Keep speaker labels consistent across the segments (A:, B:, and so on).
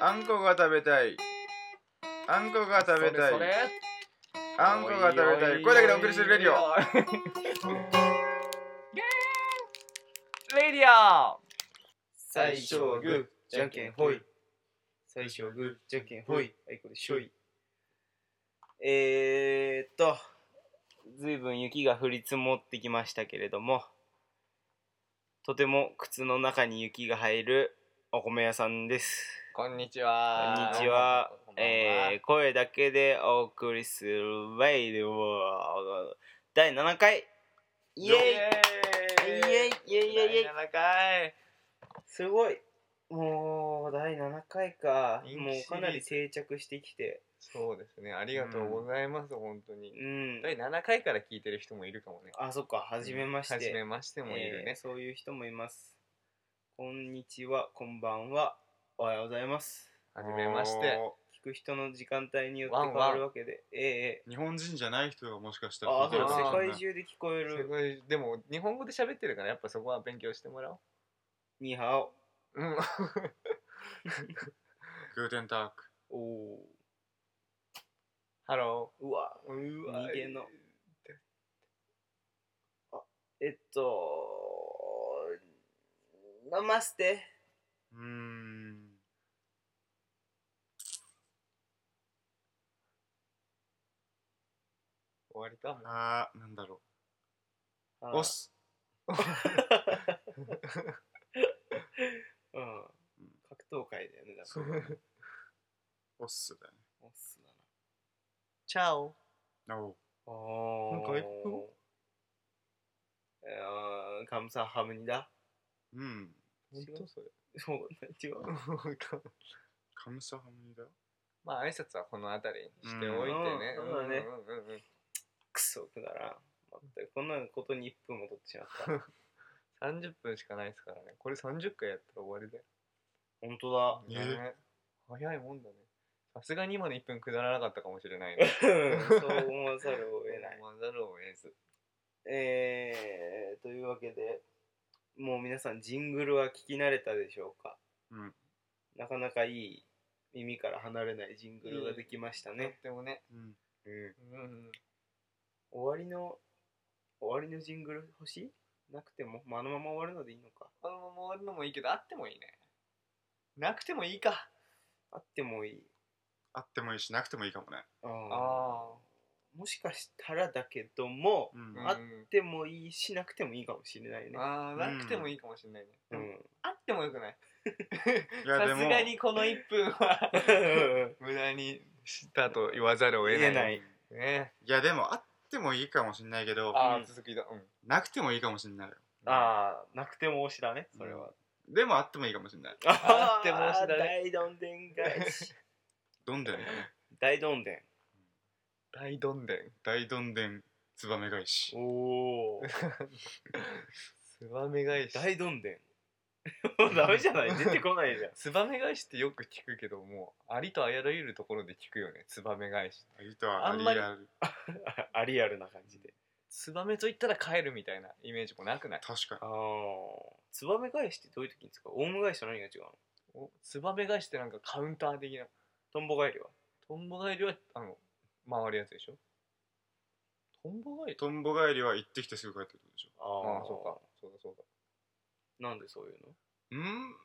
A: あんこが食べたい。あんこが食べたい
B: それ。それ
A: あんこが食べたい。これだけでお送りするレデ ィオ。
B: レディオ
C: 最初はグー、じゃんけんほい。最初はグー、じゃんけんほい。はい、これ、しょい。えー、っと、ずいぶん雪が降り積もってきましたけれども、とても靴の中に雪が入るお米屋さんです。
B: こんにちは
C: こんにちは
B: こんばんは
C: えー、声だけでお送りするレイディオ第7回イエイイエイイエイイエイイエイ
B: 7回
C: すごいもう第7回か
B: 人気シリーズ
C: もうかなり定着してきて
B: そうですねありがとうございます、本当に
C: うん
B: 第7回から聞いてる人もいるかもね
C: あそっか初めまして、
B: 初めましてもいる
C: えー
B: ね、
C: そういう人もいますこんにちはこんばんはおはようございます
B: 初めまして
A: お
C: 聞く人の時間帯によって
B: ワン
C: 変
B: ワン
C: わるわけでえ
A: ー。日本人じゃない人がもしかした
C: え
A: ら
C: あ
A: 聞
C: あ
A: い
C: そ
A: て
C: う
A: るかもしれない。
C: だ世界中で聞こえ
B: す
C: る
B: ごいでも日本語で喋ってるからやっぱそこは勉強してもらおう
C: ニーハオ
B: うん
A: グーテンターク。
C: おお
B: ハロ
C: うわ
B: ーう
C: 逃げのえっとナマステ
A: うーん。
B: 終わりかも
A: あー、なんだろ
C: あ
A: う。おっす。
C: うん格闘界だよねだから
A: おっすだ
C: おっす
B: チャオ
A: ね。おう
C: だなあ
B: なんか一個
C: えーカムサハムニだ
A: うん。
B: 本当それ
C: そう違う
A: カムサハムニだよ。
B: まあ挨拶はこの辺りにしておいてね。
C: うんそうだね
B: うんうんうんうん
C: クソくだらん全くこんなことに1分も取ってしまった
B: 30分しかないですからね。これ30回やったら終わりだよ。
C: 本当だ
A: え
B: ね早いもんだね。さすがに今の1分くだらなかったかもし れない、ね。
C: うんそう思わざるを
B: 思
C: 得ない
B: わざるを得ず。
C: えー、というわけでもう皆さんジングルは聞き慣れたでしょうか
A: うん。
C: なかなかいい耳から離れないジングルができました
B: とっ
C: ね、
B: てもね。
A: うん。
C: うん、
B: うんうん。
C: 終わりの終わりのジングル欲しいなくても、まあ、あのまま終わるのでいいのか
B: あのまま終わるのもいいけど、あってもいいね。なくてもいいか。
C: あってもいい
A: あってもいいし、なくてもいいかもね。
C: あ
B: あ
C: ーもしかしたらだけども
A: う
B: あ
A: ん。
B: う
C: あっ
B: ん、
C: でもいいしなくてもいいかもしれないね
B: あー
A: うん
B: なくてもいいかもしれないね。
C: う
B: でも
C: ん
B: あってもよくない。
A: いや、で
B: さ
A: も
B: す、がにこの1分は 無駄にしたと言わざるを得ない。
C: 言えない
B: ね
A: いや、でも、あってもいいかもしんないけど、
B: ああ、
C: うん
B: 続きだ。うん。
A: なくてもいいかもしんないよ。
C: ああなくても推しだねそれ は、
A: でも、あってもいいかもしんない。
B: あっても推しだね
C: 大どんでん返し
A: どんでんだね。
C: 大どんで
B: 大どんでん。
A: 大どんでん、ツバメ返し
C: ん。おお
B: ツバメ返し。
C: 大どんでんもう ダメじゃ ない出てこないじゃん
B: ツバメ返しってよく聞くけどもうありとあらゆるところで聞くよねツバメ返し
A: ありとあらゆる。
C: ああリアルな感じで。
B: ツバメと言ったら帰るみたいなイメージもなくない
A: 確か
C: ああ。ツバメ返しってどういう時に使うオウム返しと何が違うの
B: おツバメ返しってなんかカウンター的な
C: トンボ返りは
B: トンボ返りはあの回るやつでしょトンボ返
A: に。
B: り
A: トンボ帰りは行ってきてすぐ帰ってくるでし
C: あ
B: あ
C: あ
B: あそうかそうだそうだ
C: か。なんでそういうの
A: ょ。ん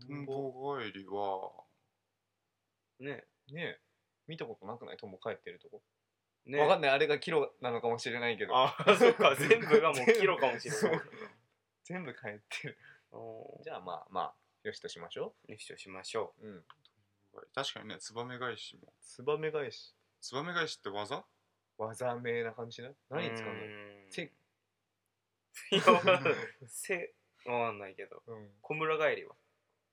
A: ト
B: ト
A: ン
B: ンボ
A: ボ帰りは、
C: ね
B: ねえ見たことなくないトンボ帰ってるとこ、
C: え。ね
B: わか
C: ん
B: んないあれがキロなのかもしれないけど
C: ああ、 そ っか。全部がもうキロかもしれ
B: そう
C: ない。
B: 全部帰ってる
C: お
B: じゃあまあまあよしとしましょ
C: よしとしましょ。
B: ううん
A: 確かにね、ツバメ返しも。
B: ツバメ返し
A: ツバメ返しって技
B: 技名な感じしないう何に使うの
C: う
B: せ
C: ーんいや、 わかんないせ、わかんないけど。
B: うん
C: 小村返りは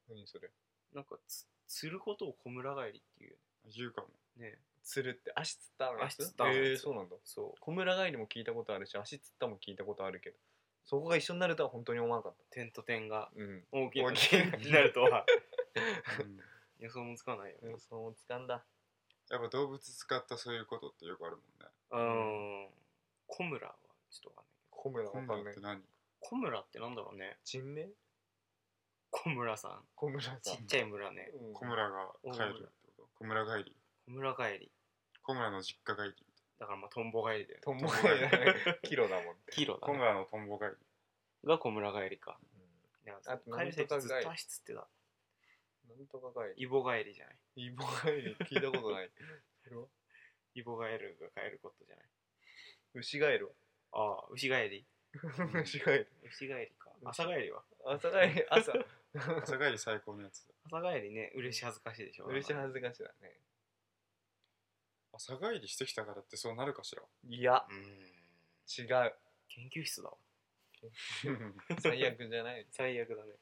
B: 何それ
C: なんかつ、釣ることを小村返りっていうよ
A: 言うかも。
C: ね。ねえ
B: 釣るって足つったの
C: 足つったの
B: えー、そうなんだ
C: そう。
B: 小村帰りも聞いたことあるし足つったも聞いたことあるけどそこが一緒になるとは本当に思わなかっ
C: 点と点が
B: たうん
C: 大きい
B: 大きい
C: になるとは
A: うん
C: 予想もつかないよね。
B: そのつかんだ
A: やっぱ動物使ったそういうことってよくあるもんね。
C: うん。小村は ちょっとわかんな
B: 小村
C: いけど。
B: わ
A: コン
B: か
A: ボ
B: んない
A: って何
C: 小村ってなんだろうね
B: 人名
C: 小村さん
B: 小村さん
C: ちっちゃい村ね
B: うん
D: 小村が帰るってこと小村帰り
C: 小村帰り
D: 小村の実家帰り
C: だからまあトンボ帰りだよね
B: トンボ帰りだね キロだもんね
C: キロだ
D: 小
C: ね
D: 村のトンボ帰り
C: が小村帰りかいや
B: あと
C: 帰る最中ずっ
B: なんと
C: と
B: か
C: 足つってた
B: うんなんとか帰り
C: イボ帰りじゃない
B: イボ帰り聞いたことないそれは
C: イボガエルが帰ることじゃない
B: 牛ガエル
C: ああ牛帰り
B: は 牛ガエル
C: 牛帰りか
B: 牛
C: 朝帰りは
B: 朝帰り 朝
D: 朝帰り最高のやつだ
C: 朝帰りね嬉し恥ずかしいでしょ
B: 嬉しい恥ずかしいだね
D: 朝帰りしてきたからってそうなるかしら
B: いや
C: うん
B: 違う
C: 研究室だわ
B: 最悪じゃない
C: 最悪だね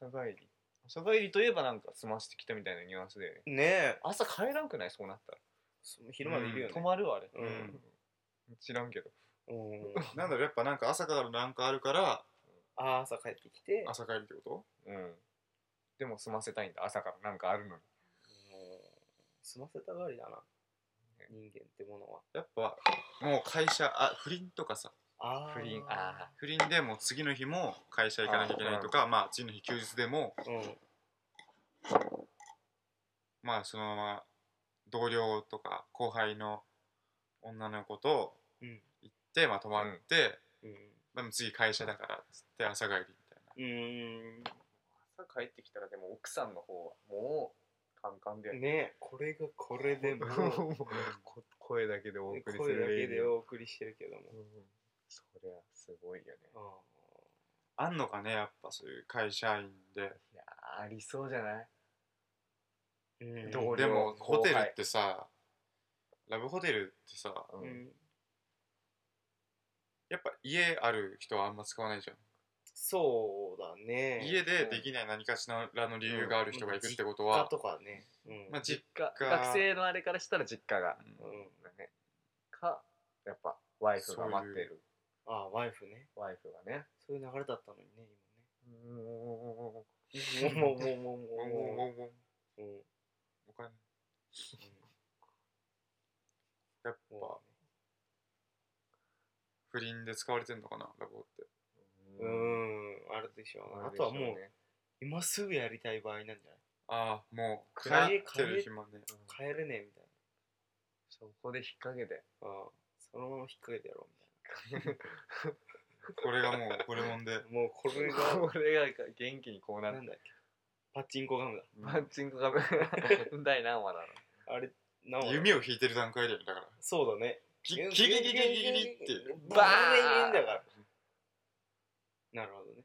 B: 朝帰り朝帰りといえばなんか済ましてきたみたいなニュアンスだよね
C: ねえ
B: 朝帰らんくないそうなったら
C: 昼までいるよね
B: 泊まるわあれ
C: うん
B: 知らんけど
C: うん
D: なんだろうやっぱなんか朝からなんかあるから
C: ああ朝帰ってきて
D: 朝帰りってこと
B: うんでも済ませたいんだ朝からなんかあるのに
C: もう済ませたがりだな人間ってものは
D: やっぱもう会社あ不倫とかさ
C: あ
B: 不倫あ
D: 不倫でもう次の日も会社行かなきゃいけないとかまあ次の日休日でも
C: うん
D: まあそのまま同僚とか後輩の女の子と
C: うん
D: 行って、まあ泊まって、
C: うん
D: でも次会社だからっつって朝帰りみたいな
C: うーん
B: 朝帰ってきたらでも奥さんの方はもうカンカンで
C: ねえこれがこ れでもう
B: こ声だけでお送りす
C: 声
B: る
C: だけ
B: レイ
C: で
B: ディオ
C: お送りしてるけども
B: うんそりゃすごいよね
C: あ
D: あんのかねやっぱそういう会社員で、
B: いやーありそうじゃない
C: あうん
B: ど同う僚
D: でもホテル
B: 後輩
D: ってさラブホテルってさ
B: う
C: うんん
D: やっぱ家ある人はあんま使わないじゃん、
C: そうだね
D: 家でできない何かしらの理由がある人が行くってこと
C: 他
D: は、
C: とかねうん
D: まあ実
B: が
D: 家
B: 学生のあれからしたら実家が
D: う
C: うんん
B: だねかやっぱワイフが待って
D: そ
B: る
C: ああワイフね
B: ワイフがね
C: そういう流れだったのにね
B: も
C: 今ねもうもうも
D: ウォ
C: うも
D: ンウォ
C: う
D: ン
C: も
D: ウォンウォン
C: ううん
D: お金やっぱ
C: も
D: 不倫で使われてんのかなラブホって
C: うねうんあるでしょうあとはもう今すぐやりたい場合なんじゃない
D: ああもう帰
C: 帰り
D: ってる暇ね
C: 帰れねえみたい
B: そこで引っ掛けて
C: なああそのまま引っ掛けてやろうみたい
D: これがもうホレモンで
C: なもうこれが
B: これが元気にこうな
C: なん
B: る
C: だっけパチンコガムだ
B: マッチングが第何話だろ
C: あれな
D: 弓を引いてる段階だよだから
C: そうだね
D: ギリギリギリギリギリって
C: バーンだからなるほどね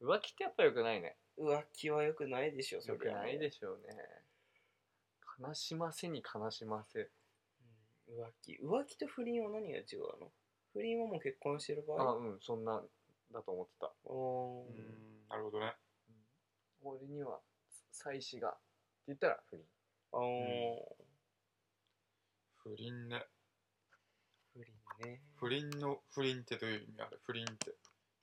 B: う浮気ってやっぱよくないね
C: 浮気は良くないでしょそ
B: よ
C: れ
B: く
C: は
B: ないでしょうね悲しませに悲しませ
C: うん浮気浮気と不倫は何が違うの不倫はもう結婚してる場
B: あ
C: 合
B: うんそんなだと思ってた
C: お
D: う
C: ー
D: んなるほどね
B: 俺には妻子がって言ったら不倫
C: あー
D: 不倫ね
C: 不倫ね
D: 不倫の不倫ってどういう意味ある不倫って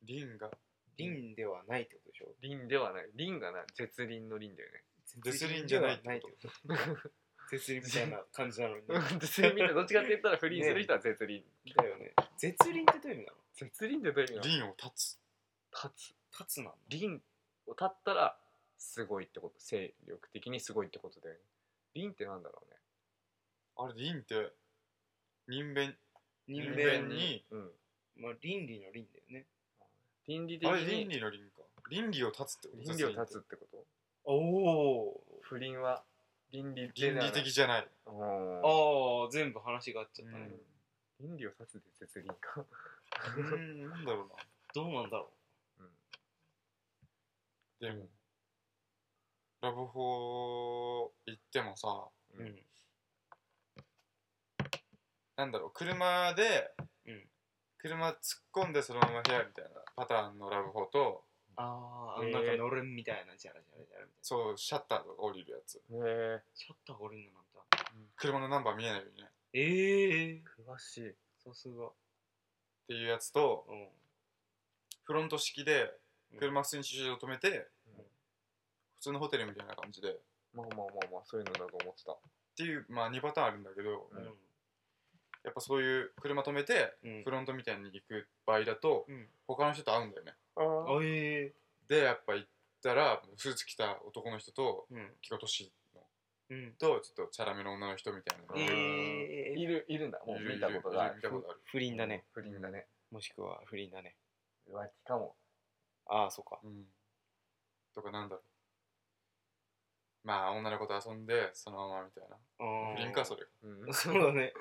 D: 倫が
C: 倫ではないってことでしょ
B: 倫ではない倫がない絶倫の倫だよね
D: 絶倫じゃないってこと
C: 絶倫ではないってこと絶倫みたいな感じなのにね
B: 絶倫みたいなどっちかって言ったら不倫する人は絶倫、
C: だよね絶倫ってどういう意味なの
B: 絶倫ってどういう意味なの立
D: 倫を断つ
B: つ
C: 立つなの
B: 倫を立ったらすごいってこと勢力的にすごいってことだよね倫ってなんだろうね
D: あれ倫って人弁
C: 人
D: 人弁
C: 弁に
D: に
B: うん
C: まあ倫理の倫だよね
B: 倫理的
D: あれ倫
B: に
D: 理の倫か倫理を断つってこと
B: 倫理を立つ
D: 絶
B: ってこと
C: おお
B: 不倫は倫理
D: 倫理的じゃない
B: うん
C: ああ全部話が合っちゃったね、
D: うん
B: 倫理を立つで絶倫か
D: うんなんだろ
C: どうなんだろ
D: うなでもラブホ行ってもさ
C: う、
B: うん
C: ん
D: なんだろう車で
C: うん
D: 車突っ込んでそのまま部屋みたいなパターンのラブホと
C: ああ、
B: えー
C: なんかのれんみたいなじゃらじゃらじゃらみたいな
D: そうシャッターとか降りるやつ、
B: へえ
C: シャッターが折れるのなんてあんの
D: 車のナンバー見えないようにねっ
C: ええ
B: 詳しい
C: さすが
D: ていうやつと
C: うん
D: フロント式で
C: うん
D: 車普通に駐車場止めて、
B: うん
D: 普通のホテルみたいな感じでっ
B: まあまあまあまあそういうのだと思ってた
D: ていうまあ2パターンあるんだけど、
B: うん
D: やっぱそういう車止めて
C: うん
D: フロントみたいに行く場合だと
C: うん
D: 他の人と会うんだよね
B: あ
C: おえ
D: でやっぱ行ったらスーツ着た男の人と
C: うん
D: 結構年の
C: うん
D: とちょっとチャラめの女の人みたいなのが
C: え
B: ーい
C: ー、
B: るいるんだもう見たことがあ
D: いるいるいる見たことある
C: 不倫だね
B: 不倫だね
C: もしくは不倫だね
B: 浮気かも
C: ああそっか
D: うんとかなんだろうまあ女の子と遊んでそのままみたいな
C: あ
D: 不倫かそれ
B: うん
C: そうだね、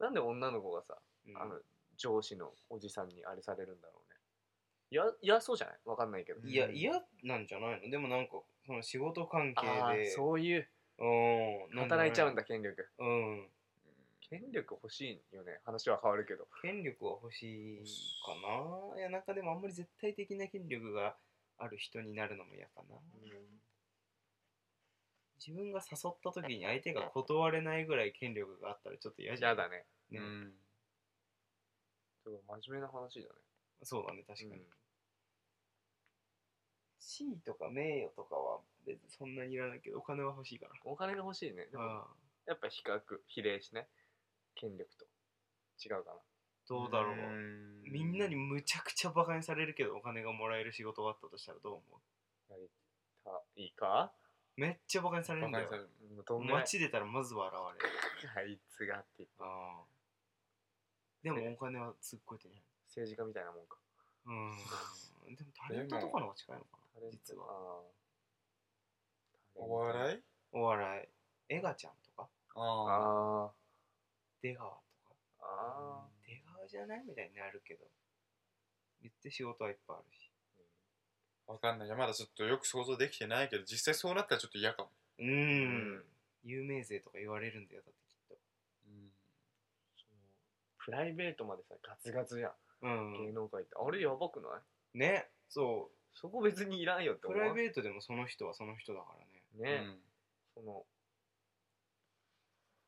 B: なんで女の子がさ
C: うん
B: あの上司のおじさんにあれされるんだろうねいやいやそうじゃないわかんないけど
D: うん
C: いや嫌なんじゃないのでもなんかその仕事関係
B: ああ
C: で
B: そういう
C: うんなんだろ
B: 働いちゃうん
C: だ
B: だ権力
C: うん
B: 権力欲しいよね話は変わるけど
C: 権力は欲しいかないやなんかでもあんまり絶対的な権力がある人になるのも嫌かな自分が誘った時に相手が断れないぐらい権力があったらちょっと嫌じ
B: 嫌
C: ゃん
B: だね
D: う
C: ね
D: ん
B: ちょっと真面目な話だね
C: そうだね確かに、
B: うん
C: 地位とか名誉とかは別にそんなにいらないけどお金は欲しいから
B: お金が欲しいねでも
C: ああ
B: やっぱ比較比例しね権力と違うか
C: どうだろう
D: うん
C: みんなにむちゃくちゃバカにされるけどお金がもらえる仕事があったとしたらどう思う
B: なやりたいいか
C: めっちゃバカにされる
D: バ
C: んだ
D: カにさ
C: よ
D: れる
B: もうどんぐらい
C: 街出たらまず笑われる
B: あいつがって
C: ああでもお金はすっごい手に入る
B: 政治家みたいなもんか
C: うんでもタレントとかの方が近いのか
B: タレ
C: な
B: ント
C: 実は
B: あー
D: お笑い
C: お笑いエガちゃんとか
D: ああ
B: あ
C: 出川とか
B: ああ
C: 出川じゃないみたいになるけど言って仕事はいっぱいあるし
D: わかんないいやまだちょっとよく想像できてないけど実際そうなったらちょっと嫌かも
C: う、
B: ーうん
C: 有名税とか言われるんだよだってきっと
D: うん
B: そのプライベートまでさガツガツじゃん、
C: うん
B: 芸能界ってあれやばくない
C: ねそ
B: そこ別にいらんよって
C: う
B: 思
C: プ
B: う
C: ライベートでもその人はその人だからね
B: ね、
D: うん
B: その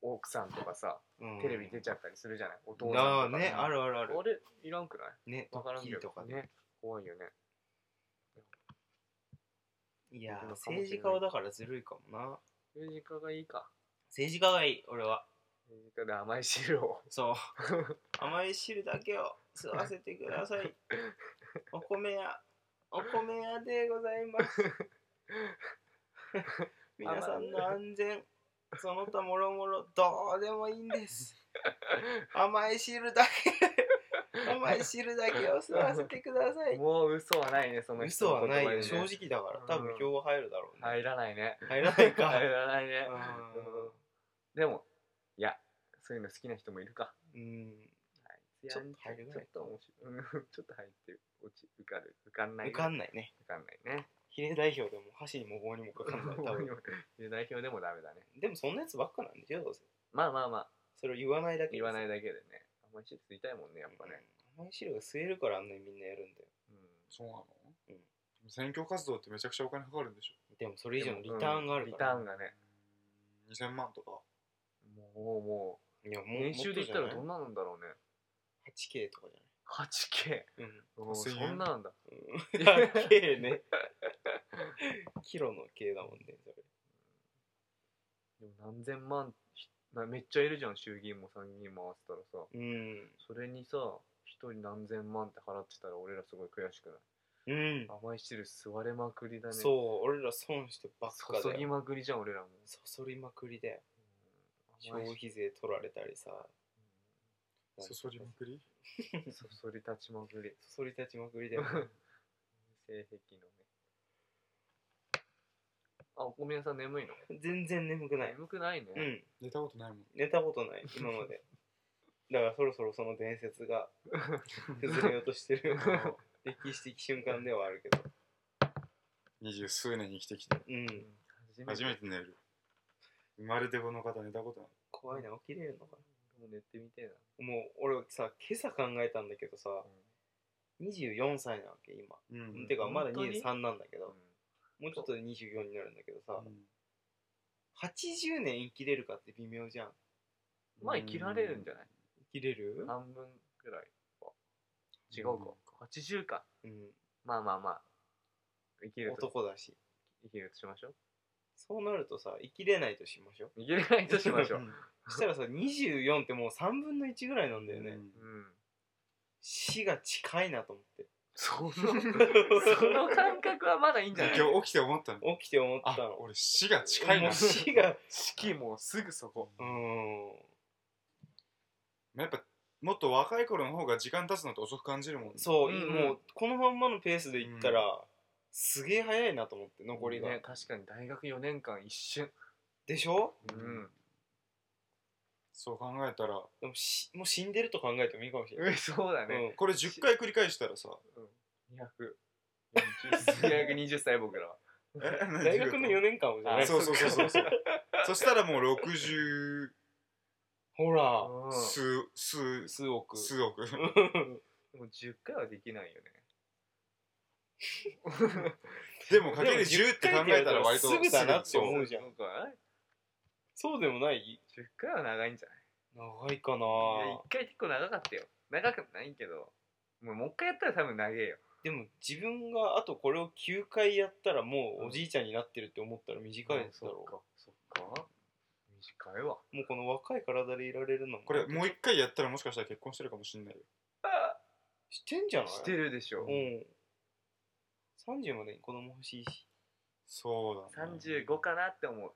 B: 奥さんとかさ
C: うん
B: テレビ出ちゃったりするじゃない、お父
C: あ
B: さ
C: あ
B: んとか
C: ねあるあるあ
B: あ
C: る
B: れいらんくない
C: ねド
B: わから
C: ッ
B: ん
C: キ
B: け
C: リ
B: ど
C: とかね
B: ね怖いよね
C: いやー
B: でもかもしれない
C: 政治家はだからずるいかもな
B: 政治家がいいか
C: 政治家がいい俺は
B: 政治家で甘い汁を
C: そう甘い汁だけを吸わせてくださいお米屋お米屋でございます 皆さんの安全その他もろもろどうでもいいんです甘い汁だけ甘い汁だけを吸わせてくださ い
B: もう嘘はないねその人
C: 嘘
B: の
C: はないよ
B: 言葉
C: 正
B: にね
C: 直だから多分票は入るだろうね、
B: 入らないね
C: 入らないか
B: 入らないね
C: うん
B: でもいやそういうの好きな人もいるか
C: うん
B: あいつやん
C: ちょっと入る
B: ち
C: ぐ
B: ょっ
C: らい
B: と面白いうんち ょっと入って落ち浮かる浮かんない
C: 受か
B: ない
C: んないね
B: 浮かんないね
C: 比例代表でも箸にも棒にもかかんない 多分
B: で代表でもダメだね
C: でもそんなやつばっかなんでしょどうせ
B: まあまあまあ
C: それを言わないだけ
B: 言わないいだけでねあんまり吸いたいもんねやっぱ
C: ね
B: ね、
C: 甘い汁が吸えるからあんなにみんなやるんだよ
B: うん
D: そうなの
C: うん
D: 選挙活動ってめちゃくちゃお金かかるんでしょ
C: でもそれ以上のリターンがある
B: リ
C: か
B: タ
C: ら、
B: ーンがね
D: 2000万とか
B: もうも
C: いやも
B: う
C: う
B: 年収で言ったら
C: もとじ
B: どん
C: ゃない
B: なのだろうね
C: 8K とかじ
B: 8K
C: ゃない
B: うんそ
D: 8000
B: んななんだ
C: うん 8K ねキロの K だもんねそれ
B: でも何千万ひなめっちゃいるじゃん衆議院も参議院も合わせたらさ
C: うん
B: それにさ一人何千万って払ってたら俺らすごい悔しくない
C: うん
B: 甘い汁吸われまくりだね
C: そう俺ら損してばっかだ
B: 注ぎ
C: よ
B: まくりじゃん俺らも
C: そそりまくりだよ消
B: 甘い
C: 費税取られたりさ
D: そそりまくり
B: そそり立ちまくり
C: そそり立ちまくりだ
B: 性癖のね
C: よ
B: あお米屋さん眠いの
C: 全然眠くない
B: 眠くないね、
C: うん
D: 寝たことないもん
C: 寝たことない今までだからそろそろその伝説が崩れようとしてる 歴史的瞬間ではあるけど
D: 二十数年生きてきて
C: うん
B: うん
D: 初めて寝る生まれてこの方寝たことない
C: 怖いな起きれるのか
B: もう寝てみてえな、
C: なもう俺さ今朝考えたんだけどさ24歳なわけ今、
D: うん
C: てかまだ
B: 本当に
C: 23なんだけ
B: うん
C: ど、もうちょっとで24になるんだけどさ、
D: うん
C: 80年生きれるかって微妙じゃん
B: まあ生きられるんじゃない
C: 生きれる
B: 半分くらいは違うか、80か
C: うん
B: まあまあまあ生きると
C: 男だし
B: 生きるとしましょう
C: そうなるとさ生きれないとしましょう
B: 生きれないとしましょ
D: う
B: うん
C: そしたらさ24ってもう3分の1ぐらいなんだよね、
D: うん
B: うん
C: 死が近いなと思って
B: そのその感覚はまだいいんじゃない
D: 今日起きて思ったの
C: 起きて思った
D: あ
C: の
D: 俺死が近い
C: も
D: な
C: う死が
B: 式もうすぐそこ
C: うん
D: まあやっぱもっと若い頃の方が時間経つのって遅く感じるもんね
C: そ
B: う
C: う、
B: んうん
C: もうこのまんまのペースでいったら、すげえ早いなと思って残りが、
B: ね確かに大学4年間一瞬
C: でしょ
B: う
D: うん
B: ん
D: そう考えたら
C: でもしもう死んでると考えてもいいかもしれない、
B: うん そうだね、
D: これ10回繰り返したらさ
B: 200 220歳僕らは
C: うん大学の4
D: 年
C: 年間もじゃない
D: そうそうそうそう そうそしたらもう60
C: ほら
B: うん
D: 数数
C: 数億
D: 数億
B: もう10回はできないよ ね
D: でもかける10って考えたら割と
C: すぐだなって
D: そう
C: 思うじゃん
B: なんかあれ
C: そうでもない
B: 10回は長いんじゃ
C: 長いかな
B: ないいや1回結構長かったよ長くないけどもうもう一回やったら多分長えよ
C: でも自分があとこれを9回やったらもうおじいちゃんになってるって思ったら短いだ
B: あそ
C: ろ
B: っかそっか短いわ
C: うもうこの若い体でいられるのも
D: これもう一回やったらもしかしたら結婚してるかもしんないよ
C: してんじゃない
B: してるでしょ、
C: うん30までに子供欲しいし
D: そうだね
B: 35かなって思う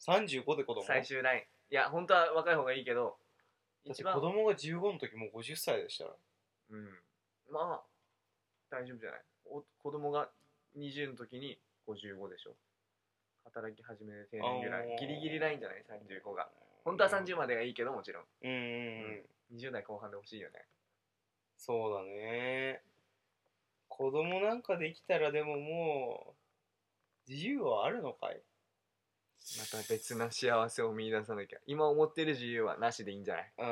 C: 35で子供
B: 最終ラインいや本当は若い方がいいけど
C: だって
B: 一番
C: 子供が15の時もう50歳でしたら
B: うんまあ大丈夫じゃないお子供が20の時に55でしょ働き始める定年ぐら
C: あー
B: いギリギリラインじゃない35が本当は30までがいいけどもちろん
C: うんうんうん、
B: 20代後半で欲しいよね
C: そうだね子供なんかできたらでももう自由はあるのかい
B: また別な幸せを見出さなきゃ今思ってる自由はなしでいいんじゃない
C: あ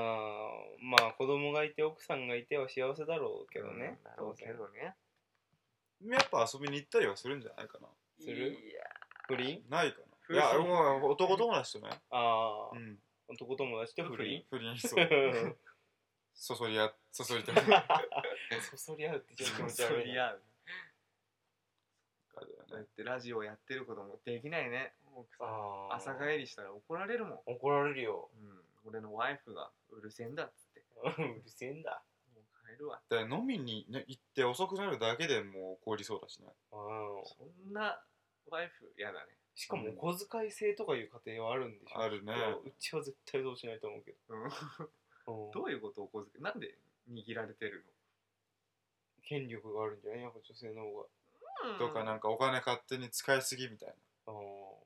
C: ーまあ子供がいて奥さんがいては幸せだろうけどね、
B: うんだろうけどね
D: やっぱ遊びに行ったりはするんじゃないか
C: する
B: いや
C: 不倫
D: なないか
B: 不
D: ない
B: 倫
D: やもう男友達とね
C: ああ、
D: うん
C: 男友達と不倫
D: 不倫そう そそりあそそりたい
C: そそり合うってちょっと気持ち
B: そ
C: 悪い
B: り
C: な
B: 合うだってラジオやってることもできないね僕さ
C: あー
B: 朝帰りしたら怒られるもん、
C: 怒られるよ
B: うん、俺のワイフがうるせえんだっつって
C: うるせえんだ
B: もう帰るわ
D: だから飲みにね行って遅くなるだけでもう怒りそうだしね
C: うん
B: そんなワイフ嫌だね
C: しかもお小遣い制とかいう家庭はあるんでしょ
D: あるね
C: いやうちは絶対そうしないと思うけ
B: うん
C: ど
B: どういうことをこづけなんで握られてる
C: 権力があるんじゃないやっぱ女性の方が
B: の
D: とかなんかお金勝手に使いすぎみたいな
C: あー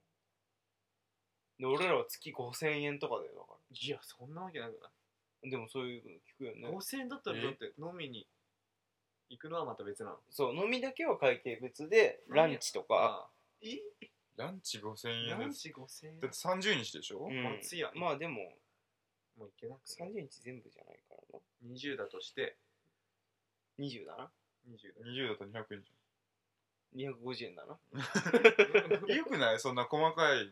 C: で俺らは月5000円とかだよだか
B: いやそんなわけなく
C: らでもそういうの聞くよ
B: ない
C: ね
B: 5000円だったらだって飲みに行くのはまた別なの
C: そう飲みだけは会計別でランチとか
B: あえ
D: ランチ5000円
B: ラン
D: です
B: チ5000円
D: だって30日でしょ、
C: う
D: い
C: ん
B: 松屋
C: まあでも
B: もう行けなくない
C: 30日全部じゃないからな
B: 20だとして
C: 20だな
B: 20
D: 20だと200円じ
C: 250円だな
D: ゃ
B: だ
D: んよくないそんな細かい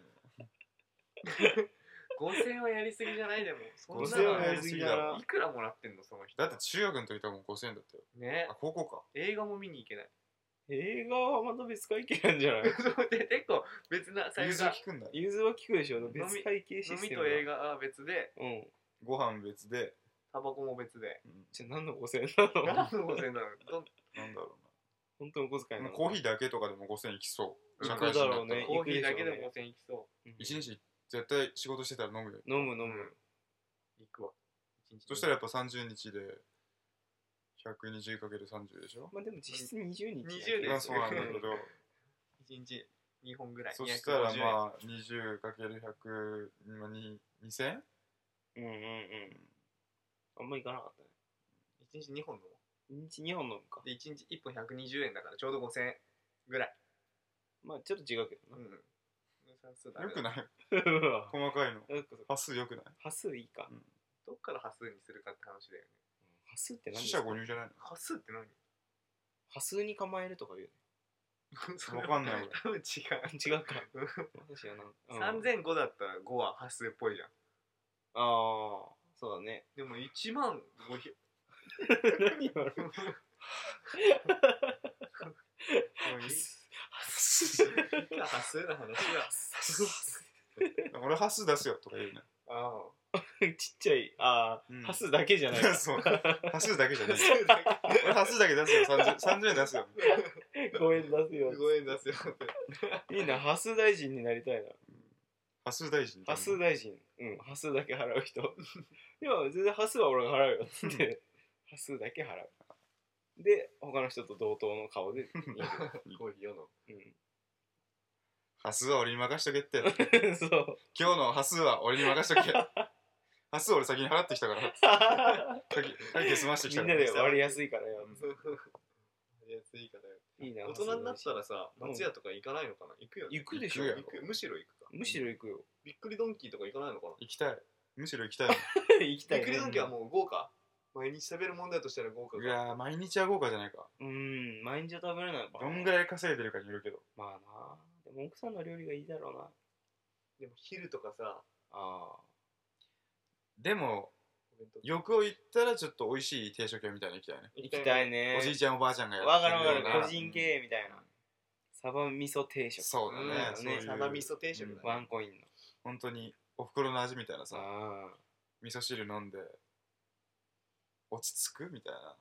B: 5000円はやりすぎじゃないでもそんな
D: 5000円はやり
B: の
D: すぎだろ
B: いくらもらってんのその人
D: だって中学の時とかも5000円だったよ
B: ね
D: あ高校か
B: 映画も見に行 けない
C: 映画はまた別会計なんじゃない
B: そうで結構別な
D: 融通
B: が
D: 聞くんだ
C: 融通は聞くでしょ
B: み
C: 別会計シ
B: 飲
C: ス
B: み
C: テム
B: と
C: だ
B: 映画は別で
C: うん
D: ご飯別で、
B: タバコも別で
D: うん
C: じゃあ何の5000円 なの
B: 何の5000円なの どん
D: なんだろ
C: 本当のお小遣
D: う
C: い
D: な
C: な
D: コーヒ
C: ー
D: ーだけとかでも5000円いきそう
B: うん
D: 社会人になった
C: そうだろ
D: ら
C: うね
B: コーヒーだけでも
C: 行
B: 5000円いきそ
D: 一日絶対仕事してたら飲むよ
C: 飲む飲む、
B: う行くわ一日
D: そしたらやっぱ30日で 120×30 でしょ
C: まあでも実質20日だけ
B: 20
C: ど
B: で
D: まあ
B: す
D: そうなんだけど
B: 1日2本ぐらい
D: そしたら
B: あ
D: まあ 20×100 まあに 2000?
C: うんうんうんあんま行かなかったね
B: 1日2本飲も
C: 一日2本飲むか
B: うで1日1本120円だからちょうど5000円ぐらい
C: まあちょっと違うけど
B: う
C: な、
B: ん算数ダメ
D: よ
B: だ
D: くない
C: な
D: 細かいの
C: んかそっか
D: 端数よくない
C: 端数いいか、
D: うん
B: どっから端数にするかって話だよね
C: 端数って何
D: 死
C: です
D: 者
C: か
D: 誤入じゃない
B: 端数って何
C: 端数に構えるとか言う
B: そ
D: の
B: れ
D: わかんない
B: 多分違う
C: の違うか
B: うん
C: 私はな、うん、
B: 3005だったら5は端数っぽいじゃん
C: ああそうだね
B: でも1万500
C: 何言われる
B: もうい
C: 端
B: い
C: 数端数
B: いくら端数の話 だ
D: 俺。俺端数出すよとか言うね。
B: ああ
C: ちっちゃい、あ
D: う
C: あ、
D: ん
C: 端数だ けじゃない。
D: そう端数だけじゃない 俺端数だけ出すよ 30, 30円出すよ
C: ごめん出すよ。
D: 5円出すよ
C: いいな、端数大臣になりたいな。
D: 端数大臣
C: 端数大臣。うん、端数だけ払う人。 いや、全然端数は俺が払うよっつって。 端数だけ払う。で、他の人と同等の顔で見る。
B: コーヒーを
D: 端数は俺に任しとけって
C: うん。そう。
D: 今日の端数は俺に任しとけ 端数俺先に払ってきたから先先済まして
C: み
D: きた
C: ん
D: か
C: な
D: ら
C: で割りやすいからよ。
B: 飲む。安いからよ。
C: いいな。
B: 大人になった
C: ら。
B: らさ、松屋とか行かないのかな行くよね。
C: 行くでしょ
D: 行くよ
B: 行くむしろ行くか。
C: むしろ行くよ。
B: びっくりドンキーとか行かないのかな
D: 行きたいむしろ行きたいね
C: 行きた
B: びっ
C: い
B: く
C: ね。
B: りドンキーはもう豪華。毎日食べる問題としたら豪華
D: いやー毎日は豪華じゃないか
C: うん、毎日は食べれない。
D: どんぐらい稼いでるかによるけど
C: まあな。でも奥さんの料理がいいだろうな。
B: でも昼とかさ、
C: ああ。
D: でも
B: お弁当
D: 欲を言ったらちょっと美味しい定食屋みたいなの行きたいね
C: 行きたいね。
D: おじいちゃんおばあちゃんがや
C: わかる
D: って
C: わ
D: るよ
C: か
D: う
C: る。
D: な
C: 個人経営みたいな。サバ味噌定食。
D: そうだね
B: うん
D: そういう
C: ね
B: サバ味噌定食だね
D: うん
C: ワンコインの。
D: 本当にお袋の味みたいなさ
C: あ
D: 味噌汁飲んで落ち着くみたいな
C: あ。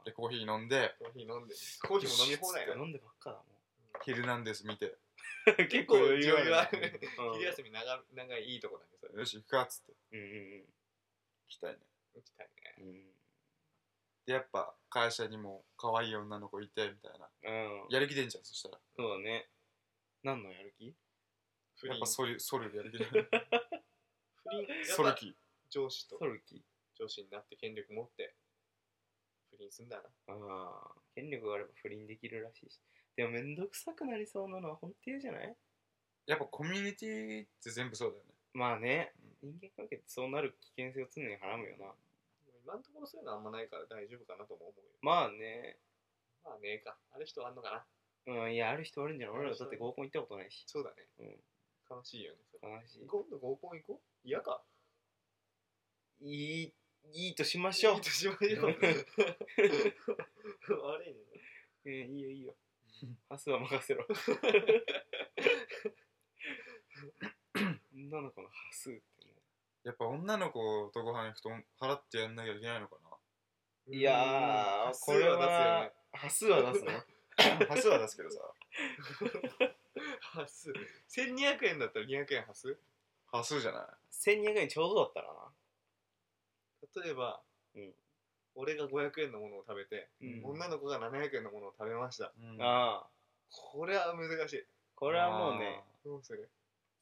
C: あ
D: でコーヒー飲んで
B: コーヒー飲んで。コーヒーも飲み放題
C: あ。
B: だよ。
C: 飲んでばっかだも
D: 「ヒルナンデス」見て
C: ん。結構余裕あるね。うん
B: 昼休み長い長いいいとこだね、
D: 「
B: それ。
D: よし行くか」っつって
C: うんうん
D: 来たいね
B: 行きたいね。
C: うん。うん
D: でやっぱ会社にも可愛い女の子いてみたいな
C: うん。
D: やる気出んじゃんそしたら
C: そうだね。何のやる気
B: 不
D: や
B: 倫
D: っぱ。ソルソルやる気 出る
B: 不倫。やっ
D: ソル
B: ぱ
D: キ
B: 上司と
C: ソルキ。
B: 上司になって権力持って、不倫すんだな。
C: ああ。権力があれば不倫できるらしいし。でもめんどくさくなりそうなのは本当嫌じゃない
D: やっぱコミュニティって全部そうだよね
C: まあね。人間関係ってそうなる危険性を常にはらむよな。
B: でも今のところそういうのあんまないから大丈夫かなとも思うよ。
C: まあね。
B: まあねえか。ある人あんのかな。
C: うん、いや、ある人あるんじゃない俺らだって合コン行ったことないし。
B: そうだね。
C: うん。
B: 悲しいよね。それ
C: 悲しい。
B: 今度合コン行こう嫌か。
C: いい、いいとしましょう
B: いい。としましょう 悪いね。
C: うん、いいよいいよ。明日は任せろ。 女の子のハスって
D: やっぱ女の子とご飯行くと払ってやんなきゃいけないのか
C: ね。いやー、これは、ハスは出すね。
D: な 端数は出すけどさ
B: 端数1200円だったら200円端数
D: 端数じゃない
C: 1200円ちょうどだったらな。
B: 例えば、
C: うん
B: 俺が500円のものを食べて、
C: うん
B: 女の子が700円のものを食べました
D: うん
C: ああ、
B: これは難しい
C: これはもうね、
B: どうする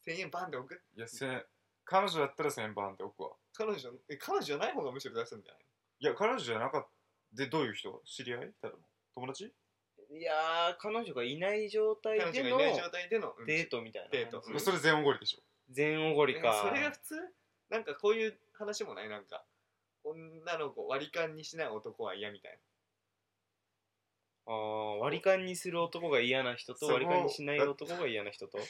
B: 1000円バンって置く
D: いやせん彼女だったら1000番って置くわ
B: 彼女え彼女じゃない方がむしろ出すんじゃない
D: いや彼女じゃなかったでどういう人知り合いただの友達
C: いやー、彼女がいない状態
B: 彼
C: で
B: 女
C: の
B: がいない状態での、うん
C: デートみたいな。
B: デート
D: もうそれ全おごりでしょ
C: 全おご
B: え
C: りか。
B: それが普通なんかこういう話もないなんか女の子割り勘にしない男は嫌みたいな
C: ああ、割り勘にする男が嫌な人と、
D: そこ
C: 割り勘にしない男が嫌な人と。割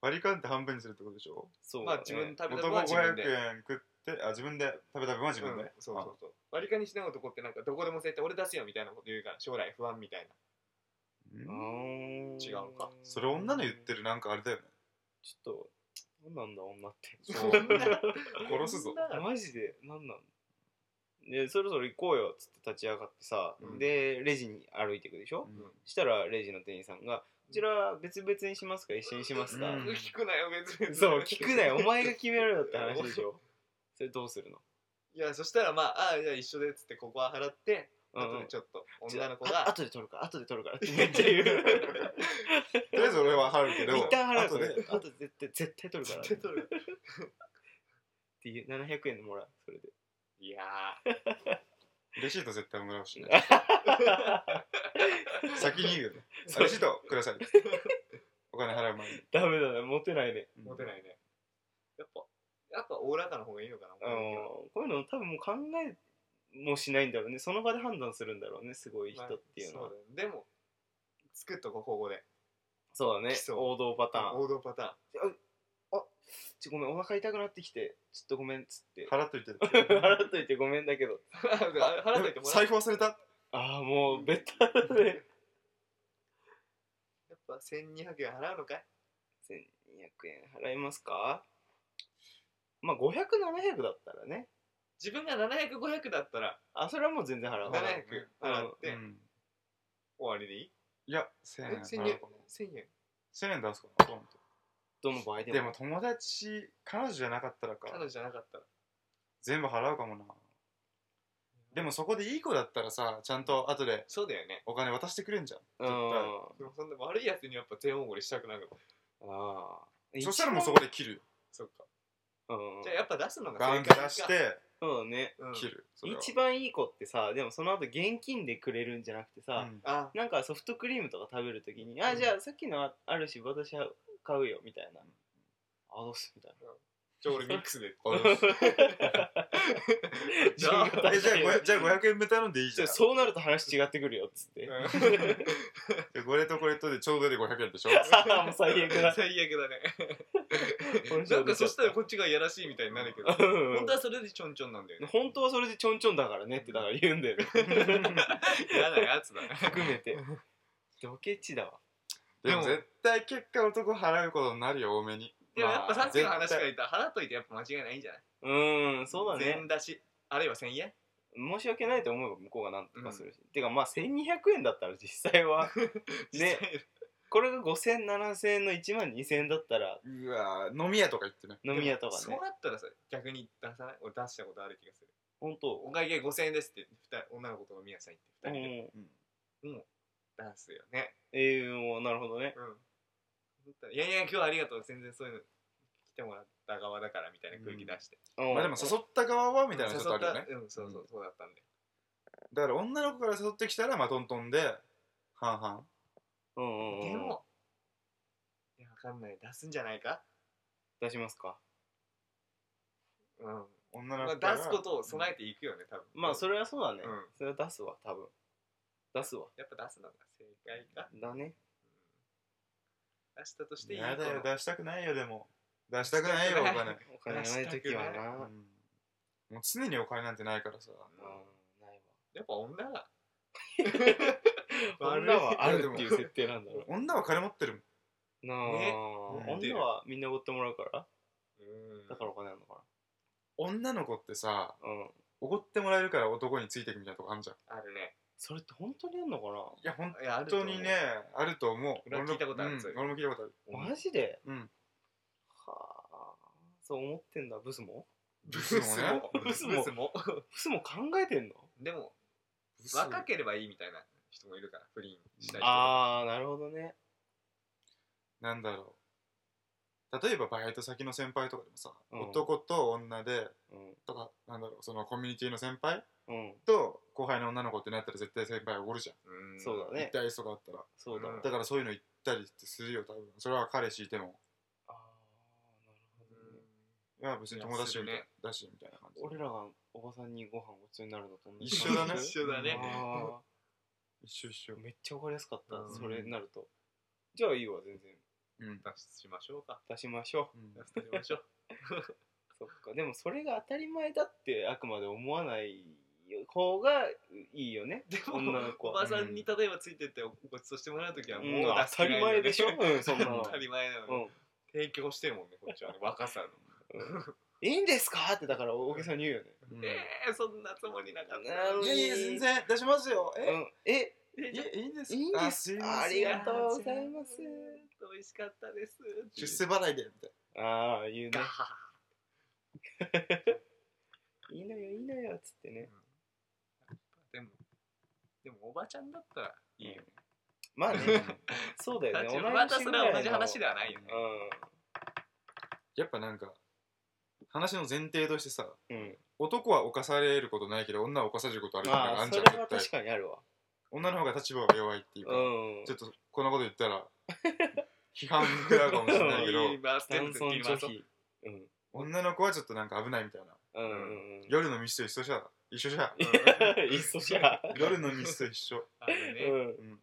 D: 割り勘って半分にするってことでしょ
C: そう
B: ま
C: だ
B: あ
C: ね。
B: 自分食べた
D: 男
B: 分は自分
D: 500
B: で
D: 円食ってあ自分で食べた分は自分で、
B: うんそうそうそう割り勘にしない男ってなんかどこでも絶対俺出すよみたいなこと言うから将来不安みたい
D: うん
C: 違
B: 違うか
D: それ女の言ってるなんかあれだよね
C: ちょっと、何なんだ女って。
D: そう
B: な
D: 殺すぞ
B: 女が
C: マジで何なんで、そろそろ行こうよっつって立ち上がってさ、
B: うん
C: で、レジに歩いていくでしょ、
D: うん
C: したらレジの店員さんが、こちら別々にしますか一緒にします
D: う
C: か、
D: ん
B: 聞くなよ別に
C: そう、聞くなよ、お前が決めろよって話でし ょそれどうするの
B: いやそしたらまあああじゃあ一緒でっつってここは払ってあ
C: うん
B: と
C: う
B: で
C: ん
B: ちょっと女の子
C: あ
B: が
C: 後で取るから、後で取るからってめっちゃ言う。
D: とりあえず俺は払うけど
C: 一旦払う
D: 後
C: から
D: で、
C: 後で絶対、絶対取るからっ
B: 絶対取る
C: ていう、700円でもらう、そ れで。
B: いや
D: レシート絶対もらうしね
B: ー
D: 先に言うよねあ
C: そう
D: レシートくださいお金払う前に
C: ダメだね、モテないね。
B: モテないねやっぱやっぱおおらかな方がいいのかな
C: あのこういうの多分もう考えもしないんだろうねその場で判断するんだろうねすごい人っていうのは、
B: まあそうだよでも作っとこうここで
C: そうだね
B: 来そう
C: 王道パターン
B: 王道パターン
C: ちょごめんお腹痛くなってきてちょっとごめんっつって
D: 払っといて
C: 払っといてごめんだけど
B: 払っといてもらう
D: 財布忘れた
C: ああもうベタだね
B: やっぱ1200円払うのかい
C: 1200円払いますかまあ500700だったらね
B: 自分が700500だったら
C: あそれはもう全然払わ
B: 700
C: ない
D: は、い
B: 払っ
D: う
B: て
D: ん、
B: 終わりでいい
D: いや1000
B: え
D: 円
B: 1000
D: 払
B: 円
D: うかな
B: 1000円
D: 1000円出すかなと思って
C: どの場合でも
D: でも友達彼女じゃなかったらか
B: 彼女じゃなかったら
D: 全部払うかもなでもそこでいい子だったらさちゃんと後で
B: そうだよね
D: お金渡してくれんじゃん
C: うん
B: でもそんな悪いやつにやっぱ全おごりしたくなる
C: ああ
D: そしたらもうそ
C: こ
D: こで切るよ
B: そっか
C: うん
B: じゃあやっぱ出すのが
D: バン
B: 正
D: っ
B: 解
D: て出し
B: か、
D: て
C: そうね
B: うん、
D: 切るそれは
C: 一番いい子ってさでもその後現金でくれるんじゃなくてさ、
D: うん
B: あ
C: なんかソフトクリームとか食べるときに、あじゃあさっきのああるし私は買うよみたいな、あどうすみたい
B: じゃあ俺ミック スで
D: あよし
B: じゃあ
C: 自分が出
D: え
C: し
D: じゃあ
C: て
D: 500じゃあ500円分頼んでいいじ
C: じ
D: ゃ
C: ゃ
D: ん
C: あそうなると話違ってくるよっつ って、
D: でこれとこれとでちょうどで500円でしょ
C: もう最悪だ
B: 最悪だね
C: 本性
B: なん
C: 出
B: か
C: ち
B: そ
C: ゃっ
B: したらこっちがいやらしいみたいになるけど
C: たうん
B: 本当はそれでちょんちょんなんだよね
C: 本当はそれでちょんちょんだからねってだから言うんだ よね
B: 嫌なやつだね
C: 含めてドケチだわ
D: でも
B: でも
D: 絶対結果男払うことになるよ多めに
B: でもやっぱさっきの話
D: まあ
B: から言ったら払っといてやっぱ間違いないんじゃないう
C: ーんそうだね
B: 全出しあるいは1000円
C: 申し訳ないと思えば向こうがなんとかするし、てかまあ1200円だったら実際はねこれが50007000円の1万2000円だったら
D: うわー飲み屋とか行ってね
C: 飲み屋とか
B: そう
C: ね
B: なったらさ逆に出さない俺出したことある気がする
C: 本当
B: お会計5000円ですって言って二人女の子と飲み屋さん行って
C: う
B: 2人で
C: ん
B: 出すよね
C: ええもうなるほどね
B: うんそしたらいやいや今日はありがとう全然そういうの来てもらった側だからみたいな空気出して
C: うん
D: まあでも誘った側はみたいな
B: 誘
D: ちょ
B: っ
D: っとあるよね
B: たうんそうそうそうだったんで
D: だから女の子から誘ってきたらまあトントンで半々
C: うんうんうん
B: でもいやわかんない出すんじゃないか
C: 出しますか
B: うん
D: 女の
B: ま
D: 子
B: あ
D: から
B: 出すことを備えていくよね多分
C: まあそれはそうだね、
B: うん
C: それは出すわ多分出すわ
B: やっぱ出すのが正解か
C: だね
B: 出したとしていい
D: やだよ
B: 子の
D: 出したくないよでも出したくないよお
B: 出したく
D: 金、
C: お金がない時はな、うん
D: もう常にお金なんてないからさ
C: ない
B: やっぱ女が
C: わ
B: 悪い
C: 女はあるっていう設定なんだろ
D: 女は金持ってるもん
C: うなあ、
B: ね
D: 持って
B: る
C: 女はみんなおごってもらうから
B: うん
C: だからお金あるのか
D: 女の子ってさ
C: なうん
D: おごってもらえるから男についていくみたいなとこあるじゃんい
B: あるね
C: それって本当にあんのか
D: や本
B: いやあると思
D: 当
B: う
D: にねあると思う
B: 俺は聞いたことある
D: うん
B: そういうの
D: 俺も聞いたことある
C: なマジで
D: うん
C: はあそう思ってんだブスも
B: ブ
D: スもね
B: ブスもブスも
C: ブスも考えてんの
B: でも
D: 嘘
B: 若ければいいみたいな人もいるから不倫したい人あ
C: ああなるほどね
D: なんだろう例えばバイト先の先輩とかでもさ、
C: うん
D: 男と女で
C: うん
D: とかなんだろうそのコミュニティの先輩
C: うん
D: と後輩の女の子ってなったら絶対先輩おごるじゃん
C: そうだね
D: 一体とかあったら
C: そうだ、
B: うん
D: だからそういうの言ったりってするよ多分それは彼氏いても
C: ああなるほどね
D: いや別に友達みた
B: い
D: い
B: や
D: だしみたいな感じ
C: 俺らがおばさんにご飯ごちそうになるのと同じ
D: 一緒だね
B: 一緒だね
C: あ
D: 一緒一緒
C: ーめっちゃ分かりやすかった、
B: うん
C: それになるとじゃあいいわ全然
D: うん
B: 出しましょうか
C: 出しましょう
D: うん
B: 出しましょう
C: そっかでもそれが当たり前だってあくまで思わない方がいいよね
B: で
C: 女の
B: も
C: 子
B: お
C: は
B: ばさんに例えばついてってごちそうしてもらうときはもう
C: うん
B: 出す
C: 当たり前でしょ、うん、そんなの
B: 当たり前なの
C: う
B: に
C: ん
B: 提供してるもんねこっちはね若さの
C: いいんですかってだから大げさに言うよね。
D: うん
B: ええそんなつもりなかった
C: なるほ
D: い
C: ど
D: やいや全然出しますよ
C: う
D: え
C: ん、え、
B: え
D: いやいいんです
C: いいんです
D: いません
C: ありがとうございます
B: 美味しかったです
D: 出世払いでみたい
C: ああ、言うね
B: ガ。ハハ
C: いいのよ、いいのよ、つってね。
B: でもでもおばちゃんだったらいいよね
C: まあね、
D: な
C: そうだよ
B: だって
C: ね。
B: またそれは同じ話で
C: だ。
B: はないよね
D: やっぱなんか話の前提としてさ
C: うん。うん。
D: 男は犯されることないけど女は犯されることあるみたいなの
C: ま
D: があ
C: あ、
D: んじ
C: そ
D: ゃん
C: れは
D: 絶
C: 確
D: 対
C: かにあるわ。
D: 女の方が立場が弱いっていう
C: う
D: か
C: ん
D: ちょ。っとこんなこと言ったら批判食らうかもしれないけど
B: 言います全
C: 男
B: 部言い
C: 尊
B: ま
C: 女
B: す
C: 卑。うん。
D: 女の子はちょっとなんか危ないみたいな
C: うんうんうん。
D: 夜のミスと一緒じゃ一緒じゃ
C: いっそじゃ。
D: 夜のミスと一緒、
B: あの
C: う
B: ね
C: ん。
D: うん、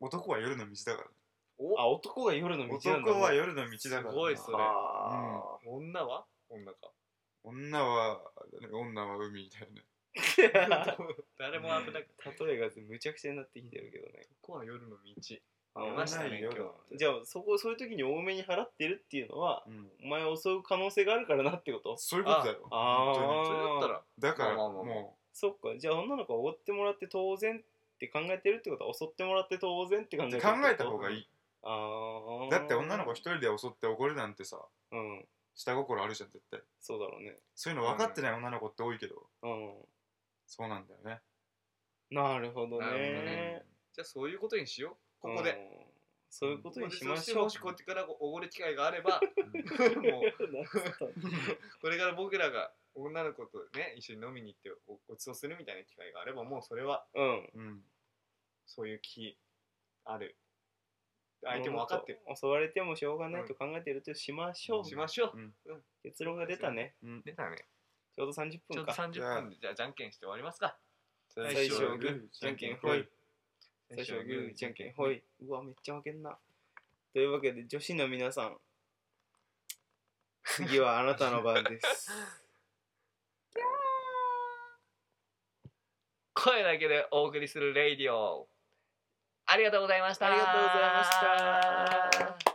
D: 男は夜の道だから
B: お
C: あ、男が夜の道なんだ。
D: 男は夜の道だから
B: すごいっすね
C: は
B: 女は女か
D: 女は女は海みたいな
C: あ。
B: 誰も危なくない
C: 例えがむちゃくちゃになってきてるけどね。
B: ここは夜の道
C: あ
D: 飲
C: り
D: ま
C: ました
D: な
C: ね
D: いよだもんね
C: じゃあそこそういう時に多めに払ってるっていうのは
D: うん、
C: お前を襲う可能性があるからなってこと
D: そういうことだよ
C: あー
D: 本
B: それだったら
D: 当にだから
B: まあまあまあ
D: も
C: そっかじゃあ女の子は追ってもらって当然って考えてるってことは襲ってもらって当然って考え
D: う
C: てる
D: 考
C: ってこと
D: えた方がいい
C: ああ
D: だって女の子一人で襲って怒るなんてさ
C: うん
D: 下心あるじゃん絶対
C: そうだろうね
D: そういうの分かってない女の子って多いけど、
C: う
D: そうなんだよね
C: んなるほど
B: なるほど
C: ね
B: ねじゃあそういうことにしようここで、
C: うんそういうことにしま
B: そし
C: してょう
B: もしこっちからおごる機会があればもう
C: なるほど
B: これから僕らが女の子とね一緒に飲みに行っておごちそうするみたいな機会があればもうそれは
C: うん
D: うん
B: そういう気ある相手も分かってる
C: 襲われてもしょうがないと考えてるとしましょう
D: うん
B: しましょう
D: うん
C: 結論が出たね
D: うん
B: 出たね
C: ちょうど30
B: ちょ
C: 分
B: っと
C: か
B: 30分でじゃあじゃんけんして終わりますか
C: 最初はグーじゃんけんほい
B: 最
C: 最初
B: 初
C: は
B: は
C: グ
B: グ
C: ー
B: ー
C: じゃんけんほいうわめっちゃ負けんなというわけで女子の皆さん次はあなたの番です
B: 声だけでお送りするレイディオありがとうございました
C: ありがとうございました